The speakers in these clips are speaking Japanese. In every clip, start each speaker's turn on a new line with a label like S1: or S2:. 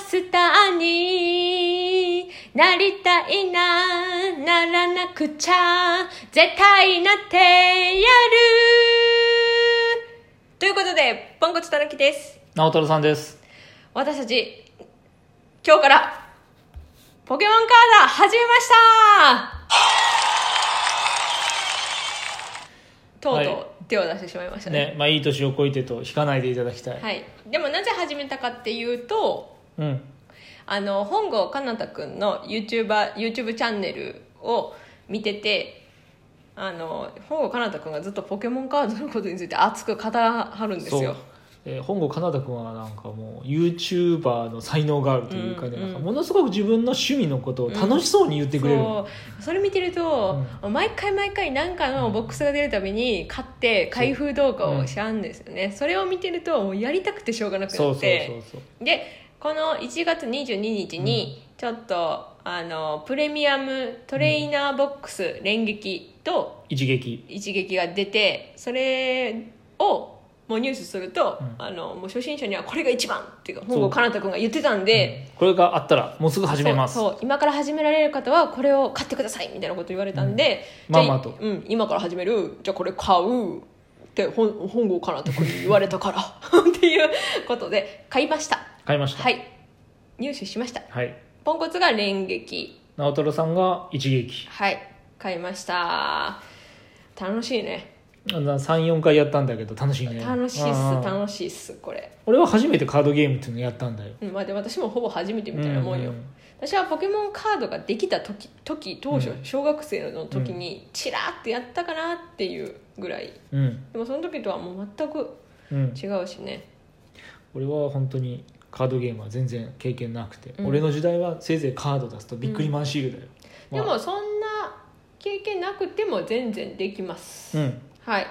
S1: スターになりたいな、ならなくちゃ、絶対なってやる。ということで、ポンコツたぬきです。
S2: 直太朗さんです
S1: 私たち、今日から、ポケモンカード始めましたとうと
S2: は
S1: う手を出してしまいましたね。
S2: ねまあいい年を越えてと引かないでいただきたい、
S1: はい、でもなぜ始めたかっていうと
S2: うん
S1: あの本郷奏多くんの YouTuber YouTube チャンネルを見ててあの本郷奏多くんがずっとポケモンカードのことについて熱く語はるんですよ
S2: えー本郷奏多君はなんかもう YouTuber の才能があるというかね、
S1: うんうん
S2: なんかものすごく自分の趣味のことを楽しそうに言ってくれる、
S1: そうそれ見てると、毎回毎回何かのボックスが出るたびに買って開封動画をしちゃうんですよね、それを見てるともうやりたくてしょうがなくなって
S2: そうそうそうそう
S1: でこの1月22日にちょっと、あのプレミアムトレイナーボックス連撃と
S2: 一撃
S1: 一撃が出てそれをもう入手すると、
S2: うん
S1: あのもう初心者にはこれが一番っていうか
S2: そう
S1: 本郷奏太君が言ってたんで、
S2: これがあったらもうすぐ始めます
S1: そうそう今から始められる方はこれを買ってくださいみたいなこと言われたんで、
S2: うん
S1: じゃ
S2: まあまあと
S1: うん、今から始めるじゃあこれ買うって本本郷奏太君に言われたから っていうことで買いました
S2: 買いました
S1: はい入手しました
S2: はい、
S1: ポンコツが連撃
S2: 直太朗さんが一撃
S1: はい買いました楽しいね
S2: 34回やったんだけど楽しいね
S1: 楽しいっ
S2: うん
S1: す楽しいっすこれ
S2: 俺は初めてカードゲームっていうのやったんだよ
S1: うんまあで私もほぼ初めてみたいなもんよ、
S2: うんうん
S1: 私はポケモンカードができた時時当初
S2: うん
S1: 小学生の時にチラッとやったかなっていうぐらい
S2: うん
S1: でもその時とはもう全く
S2: うん
S1: 違うしね
S2: 俺は本当にカードゲームは全然経験なくて、
S1: うん
S2: 俺の時代はせいぜいカード出すとビックリマンシールだよ、
S1: で
S2: まあ
S1: もそんな経験なくても全然できます
S2: うん
S1: はい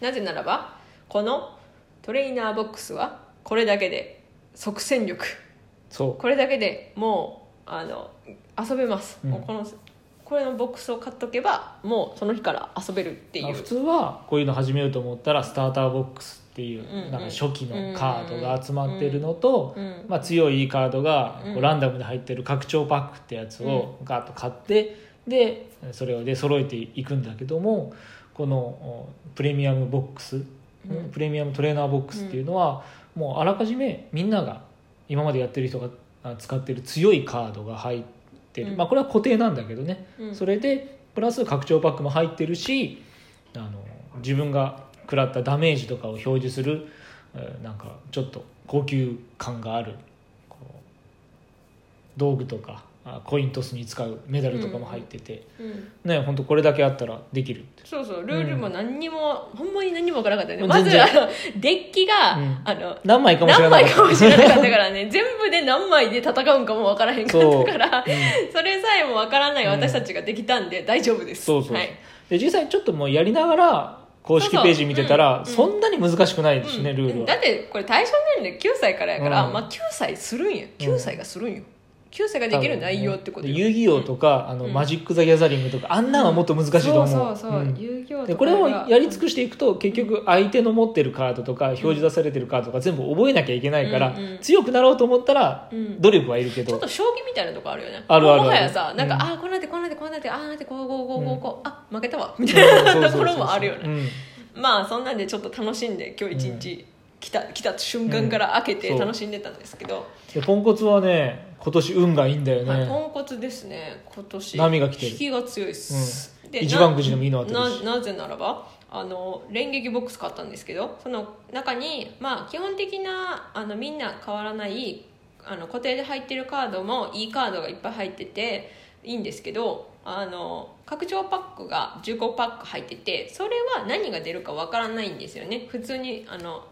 S1: なぜならばこのトレーナーボックスはこれだけで即戦力
S2: そ
S1: これだけでもうあの遊べます、
S2: うん
S1: もうこのこれのボックスを買っとけばもうその日から遊べるって
S2: う、
S1: い
S2: まあ
S1: う
S2: 普通はこういうの始めようと思ったらスターターボックスってい
S1: うんうん
S2: うなんか初期のカードが集まってるのと、
S1: うん
S2: まあ、強いカードがこ
S1: うん
S2: うランダムで入ってる拡張パックってやつをガーッと買ってでそれをで揃えていくんだけどもこのおプレミアムボックス、
S1: うん
S2: プレミアムトレーナーボックスっていうのは、もうあらかじめみんなが今までやってる人があ使ってる強いカードが入ってる、
S1: うん
S2: まあ、これは固定なんだけどね、
S1: うん
S2: それでプラス拡張パックも入ってるしあの自分が食らったダメージとかを表示するえーなんかちょっと高級感があるこう道具とかあコイントスに使うメダルとかも入ってて、
S1: うん
S2: ね本当これだけあったらできるって
S1: そうそうルールも何にも、ほんまに何にも分からなかったよね
S2: うん
S1: まず
S2: 全
S1: あのデッキが、
S2: うん
S1: あの
S2: 何枚かもしれ
S1: 何
S2: ない
S1: 枚かもしれなかったからね全部で何枚で戦うんかも分からへんかったからそ,、れさえも分からない私たちができたんで大丈夫です、
S2: そうそうそう
S1: はい
S2: で実際ちょっともうやりながら公式ページ見てたら
S1: そう
S2: そ
S1: そうん
S2: なに難しくないですしね、
S1: うん
S2: ルール
S1: だっ
S2: は。
S1: てこれ対象年齢9歳からやから、
S2: うん
S1: まあ、9歳するんや9歳がするんよ9歳ができる内容ってこと
S2: で
S1: よ
S2: 遊戯王とか、あの
S1: うん
S2: マジック・ザ・ギャザリングとかあんなのはもっと難しいと思う,、
S1: そうそうそう、
S2: ん
S1: 遊戯王
S2: で
S1: と
S2: こ
S1: か
S2: れ
S1: が
S2: をやり尽くしていくと結局相手の持ってるカードとか表示出されてるカードとか全部覚えなきゃいけないか
S1: う
S2: ら、
S1: んうん
S2: 強くなろうと思ったら
S1: うん
S2: 努力はいるけ
S1: ちょ
S2: ど、
S1: っと将棋みたいなとこあるよね
S2: あるあるある
S1: もはやさなんか、
S2: うん
S1: ああこうなってこうなってこうなってああなってこうこうこうこうこう、あ負けたわ
S2: うん
S1: み たい
S2: そうそう
S1: な
S2: そう
S1: と
S2: そう
S1: ころもあるよね、
S2: うん
S1: まあそんなんでちょっと楽しんで今日一日来た,、来た瞬間から開けて
S2: うんそう
S1: 楽しんでたんですけど、
S2: でポンコツはね今年運がいいんだよ
S1: はい、
S2: ね、
S1: ポンコツですね今年
S2: 波が来てる
S1: 引きが強いっす、で
S2: 一番くじでもいいの当たるし
S1: ななぜならばあの連撃ボックス買ったんですけどその中に、まあ、基本的なあのみんな変わらないあの固定で入ってるカードもいいカードがいっぱい入ってていいんですけどあの拡張パックが15パック入っててそれは何が出るかわからないんですよね普通にあの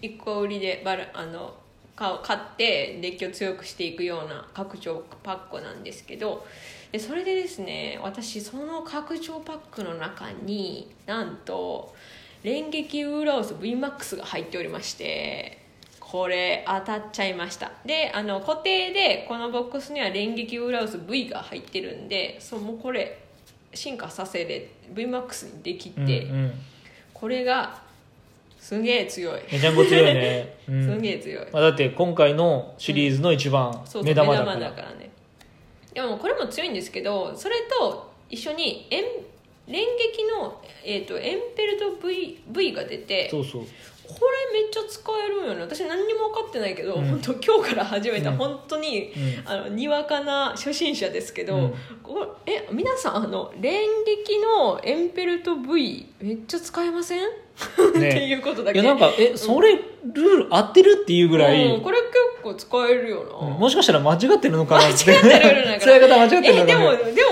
S1: 1個売りでバルあの買う買ってデッキを強くしていくような拡張パックなんですけどでそれでですね私その拡張パックの中になんと連撃ウーラオス VMAX が入っておりましてこれ当たっちゃいましたであの固定でこのボックスには連撃ウーラオス V が入ってるんでそうもうこれ進化させれ VMAX にできて、
S2: うんうん
S1: これがすげえ強い、
S2: めちゃんこ強い ね、うん
S1: すげえ強い
S2: まあ、だって今回のシリーズの一番
S1: そうそう
S2: 目
S1: 目
S2: 玉
S1: 玉
S2: だから
S1: だからねでもこれも強いんですけどそれと一緒に演連撃の、えー、とエンペルト V, v が出て
S2: そうそう
S1: これめっちゃ使えるんよね私何にも分かってないけど、
S2: うん
S1: 本当今日から始めた、
S2: うん
S1: 本当に
S2: うん
S1: あのにわかな初心者ですけど、
S2: うん
S1: これえ皆さんあの連撃のエンペルト V めっちゃ使えません、っていうことだ
S2: い
S1: け
S2: やなんかえそれルール合ってるっていうぐらい、
S1: うんこれ結構使えるよな、
S2: うんもしかしたら間違ってるのかなって
S1: 間違ってるのかな
S2: 使い方間違ってる
S1: え
S2: の
S1: で
S2: か
S1: も
S2: な
S1: でもこんだ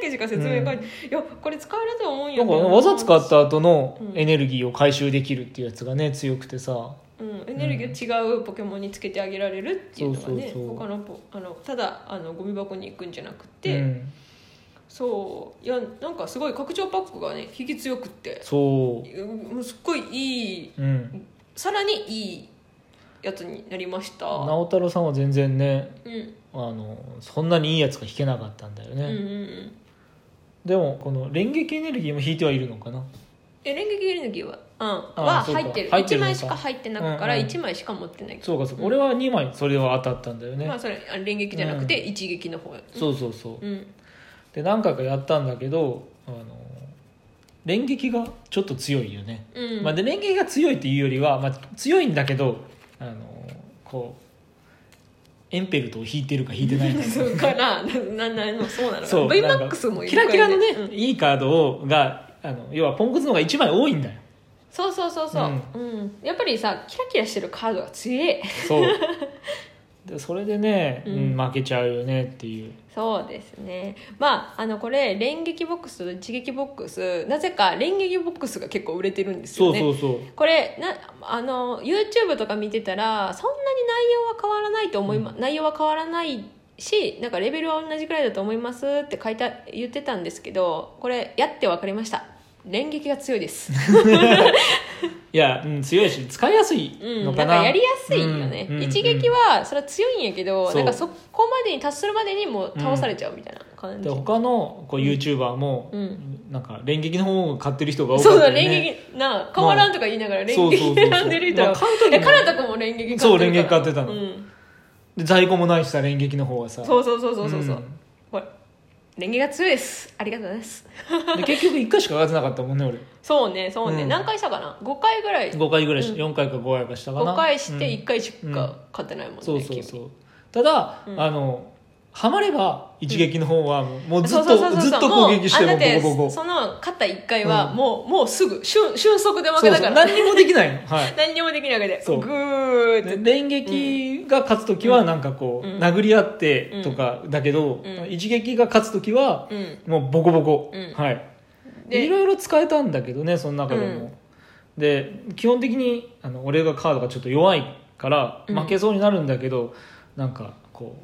S1: けしか説明が、いやこれ使えると思うんや
S2: な
S1: け
S2: んか
S1: ど
S2: わざ使った後のエネルギーを回収できるっていうやつがね強くてさ
S1: うん、エネルギーを違うポケモンにつけてあげられるっていうのがね
S2: そうそうそう
S1: 他のポあのただあのゴミ箱に行くんじゃなくて、
S2: うん
S1: そういやなんかすごい拡張パックがね引き強くって
S2: そ、
S1: うんもうすっごいいいう
S2: うん、
S1: さらにいいやつになりました
S2: 直太朗さんは全然ね
S1: うんうん
S2: あのそんなにいいやつが引けなかったんだよね、
S1: うんうん
S2: でもこの連撃エネルギーも引いてはいるのかな
S1: え連撃エネルギーは、うん、
S2: あ
S1: は
S2: そうか
S1: 入ってる
S2: 入って
S1: 1
S2: るのか
S1: 枚しか入ってなくから
S2: うんうん
S1: 1枚しか持ってない
S2: そうかそうか、
S1: うん
S2: 俺は2枚それは当たったんだよね、
S1: まあそれあ連撃じゃなくて一撃の方や、
S2: そうそうそう
S1: うん
S2: で何回かやったんだけどあの連撃がちょっと強いよね、
S1: うん
S2: まあ、で連携が強いっていうよりは、まあ、強いんだけどあのこうエンペルトを引いてるか引いてないか
S1: そうか ななななのそうなの
S2: そう
S1: v マックスもいる
S2: キラキラのね、
S1: うん
S2: いいカードをがあの要はポンコツの方が1枚多いんだ よ
S1: そうそうそうそう、うんやっぱりさキラキラしてるカードが強え
S2: そうでそれでね、
S1: うん
S2: うん負けちゃうよねっていう
S1: そうですねまああのこれ連撃ボックスと一撃ボックスなぜか連撃ボックスが結構売れてるんです
S2: そ
S1: よ
S2: う
S1: ね
S2: そうそう
S1: これなあの YouTube とか見てたらそんなに内容は変わらないと思いま、内容は変わらないしなんかレベルは同じくらいだと思いますって書いた言ってたんですけどこれやって分かりました連撃が強いです
S2: いや、うん、強いし使いやすい
S1: うんな
S2: の
S1: ん
S2: か
S1: か
S2: な,、
S1: やりやすいよね、
S2: うんうん
S1: 一撃はそれは強いんやけど、
S2: そう
S1: なんかそこまでに達するまでにもう倒されちゃうみたいな感じ、
S2: で他のこう YouTuber も、
S1: うん
S2: なんか連撃の方を買ってる人が多かった
S1: そう
S2: よね
S1: だ連撃な変わらんとか言いながら連
S2: そうそう
S1: 撃
S2: そうそう
S1: 選んでる人は
S2: まあカントリー
S1: え
S2: も
S1: かなたくんも連撃買ってるから
S2: そう連撃買ってたの
S1: うん
S2: で在庫もないしさ連撃の方はさ
S1: そうそうそうそうそうそう
S2: うん
S1: これ連携が強いですありがとうございます
S2: で結局1回しか勝てなかったもんね俺
S1: そうねそうね、
S2: うん
S1: 何回したかな5回ぐらい
S2: 5回ぐらいし、
S1: うん
S2: 4回か5回かしたかな
S1: 5回して
S2: う
S1: 1
S2: ん
S1: 回しか勝てないもんね、
S2: そうそう
S1: 君
S2: そうただ、
S1: うん
S2: あのハマれば一撃の方はもう,、もうずっ
S1: そうそうそう
S2: と
S1: そう
S2: ずっと攻撃して
S1: もうあだって
S2: もうボコボコ
S1: その勝った1回は
S2: うん
S1: もう,、もうすぐ瞬瞬足で負け
S2: そう
S1: だ
S2: そ
S1: か
S2: う
S1: ら
S2: 何にもできな いの、はい、
S1: 何にもできなくて
S2: そう
S1: グーって
S2: で連撃が勝つ時はなんかこう、
S1: うん
S2: 殴り合ってとかだけど、
S1: うん
S2: 一撃が勝つ時は
S1: うん
S2: もうボコボコ、
S1: うん
S2: はいでい
S1: で
S2: ろいろ使えたんだけどねその中でも、で基本的にあの俺がカードがちょっと弱いから
S1: うん
S2: 負けそうになるんだけど、なんかこ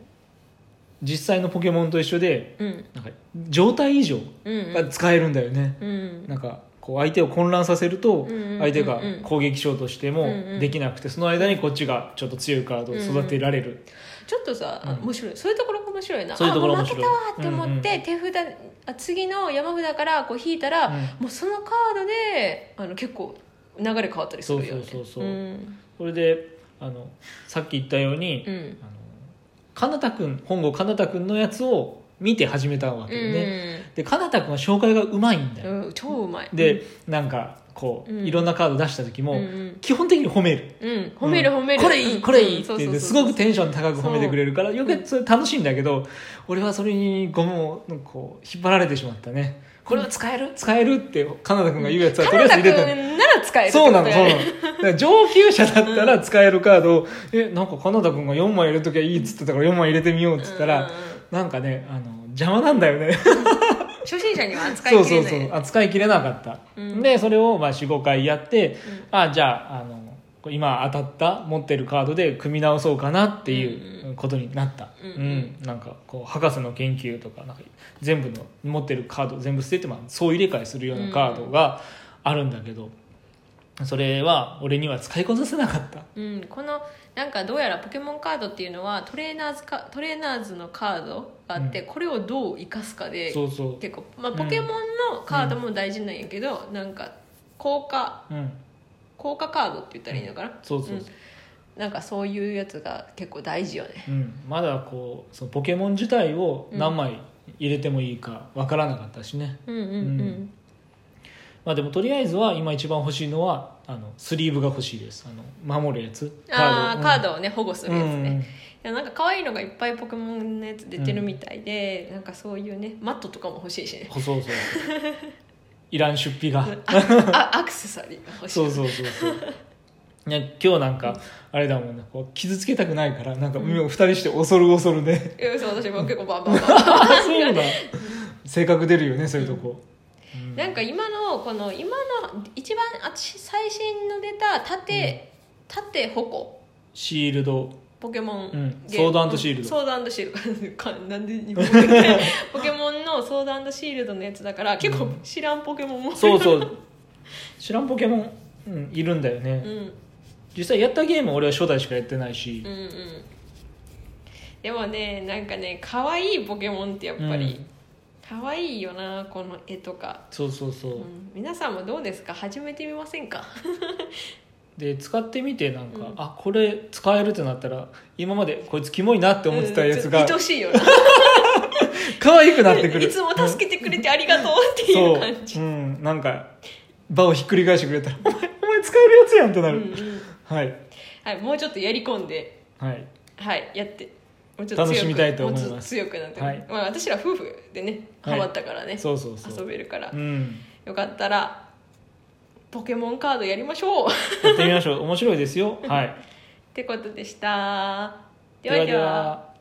S2: う実際のポケモンと一緒で
S1: うん
S2: なんか状態異常
S1: うん
S2: が使えるんだよね、
S1: うんうん
S2: なんかこう相手を混乱させると
S1: うんうんうんうん
S2: 相手が攻撃しようとしても
S1: うんうん
S2: できなくてその間にこっちがちょっと強いカードを育てられる、
S1: ちょっとさ、あ
S2: うん
S1: 面白いそういうところが面白いな
S2: そういうところ
S1: あもう
S2: 面
S1: 負
S2: 白
S1: け
S2: い
S1: たわって思って、手札あ次の山札からこう引いたら、
S2: うん
S1: もうそのカードであの結構流れ変わったりするよね
S2: そうそうそうそうんそれであのさっき言ったように、
S1: うん
S2: あのかなたくん本郷かなたくんのやつを見て始めたわけよね、でかなたくんは紹介がうまいんだ
S1: う
S2: よ、
S1: んうん、超うまい
S2: でなんかこう、
S1: うん
S2: いろんなカード出した時も、
S1: うんうん
S2: 基本的に褒める
S1: うん、褒める
S2: うん
S1: 褒める、
S2: これいいこれいいっ
S1: そ
S2: て
S1: うそうそ
S2: 言って
S1: う
S2: すごくテンション高く褒めてくれるからよくそれ楽しいんだけど俺はそれにゴムをこう引っ張られてしまったねこれは使える使えるってカナダ君が言うやつはとりあえ
S1: 花
S2: ず
S1: 田
S2: 入
S1: 君
S2: れたの
S1: なら使えるってこ
S2: そ
S1: と
S2: うなの
S1: だ
S2: そう
S1: よ
S2: な
S1: ね
S2: のだから上級者だったら使えるカードを「えなんかカナダ君が4枚入れときゃいい」っつってたから4枚入れてみようっつった
S1: うん
S2: ら、
S1: うんうん
S2: なんかねあの邪魔なんだよね
S1: 初心者には扱
S2: そ
S1: いうき
S2: そ
S1: れ
S2: う
S1: ない
S2: そう扱いきれなかった、
S1: うん
S2: でそれをまあ45回やって、あじゃああの今当たった持ってるカードで組み直そうかなっていううことになった、
S1: うんうん
S2: なんかこう博士の研究とかなんか全部の持ってるカード全部捨てて、まあ、そう入れ替えするようなカードがあるんだけど、それは俺には使いこなせなかった
S1: うん、このなんかどうやらポケモンカードっていうのはトレーナーズかトレーナーズのカードがあって、これをどう生かすかで
S2: そうそう
S1: 結構、まあ、ポケモンのカードも大事なんやけど、なんか効果
S2: うん、
S1: 効果カードって言ったらいいのかな、
S2: そうそうそう、
S1: なんかそういうやつが結構大事よね
S2: うん、まだこうそのポケモン自体を何枚入れてもいいかわからなかったしね、
S1: うんうん
S2: うんまあ、でもとりあえずは今一番欲しいのはあのスリーブが欲しいですあの守るやつ
S1: ああーカー
S2: ド
S1: ドをね保護する
S2: うん
S1: やつね、いやなんか可愛いのがいっぱいポケモンのやつ出てるみたいで、なんかそういうねマットとかも欲しい しね
S2: うん、そうそういらん出費が
S1: ああアクセサリーが欲しい
S2: そうそうそうそうね今日なんかあれだもんねこう傷つけたくないからなんか
S1: うん
S2: 2人して恐る恐る ね
S1: いやそう私も結構バンバンバン
S2: あそうだ性格出るよねそういうとこ、うん
S1: なんか今のこの今の一番私最新の出た縦、縦矛
S2: シールド
S1: ポケモン
S2: うん
S1: ゲ
S2: ソードアンドシールド
S1: ソードアンドシールド かなんで 日本語でポケモンのソードアンドシールドのやつだから結構知らんポケモンも
S2: そう
S1: う、
S2: そう知らんポケモン、うん、いるんだよね、
S1: うん、うん
S2: 実際やったゲームは俺は初代しかやってないし
S1: う、んでもねなんかね可愛いポケモンってやっぱり、
S2: うん
S1: 可愛いよなこの絵とか、
S2: そうそうそう、
S1: うん皆さんもどうですか始めてみませんか
S2: で使ってみてなんか、
S1: うん
S2: あこれ使えるってなったら今までこいつキモいなって思ってたやつ
S1: う
S2: が
S1: んちょっと愛しいよな
S2: 可愛くなってく
S1: い
S2: る
S1: つも助けてくれてありがとうっていう
S2: そ
S1: 感じ
S2: う、うん、なんか場をひっくり返してくれたら「お前お前使えるやつやん」ってな
S1: う
S2: る、
S1: んうん
S2: はい
S1: はい、もうちょっとやり込んで、
S2: はい
S1: はい、やってもうちょっと強く
S2: 楽しみたいと思います
S1: もうちょっと強くなって、
S2: はい
S1: まあ、私ら夫婦でね
S2: は
S1: ハ
S2: い
S1: マったからね、
S2: そうそうそ
S1: 遊
S2: う
S1: べるから、
S2: うん
S1: よかったらポケモンカードやりましょうっ
S2: やってみましょう面白いですよはい
S1: てことでした
S2: ではでは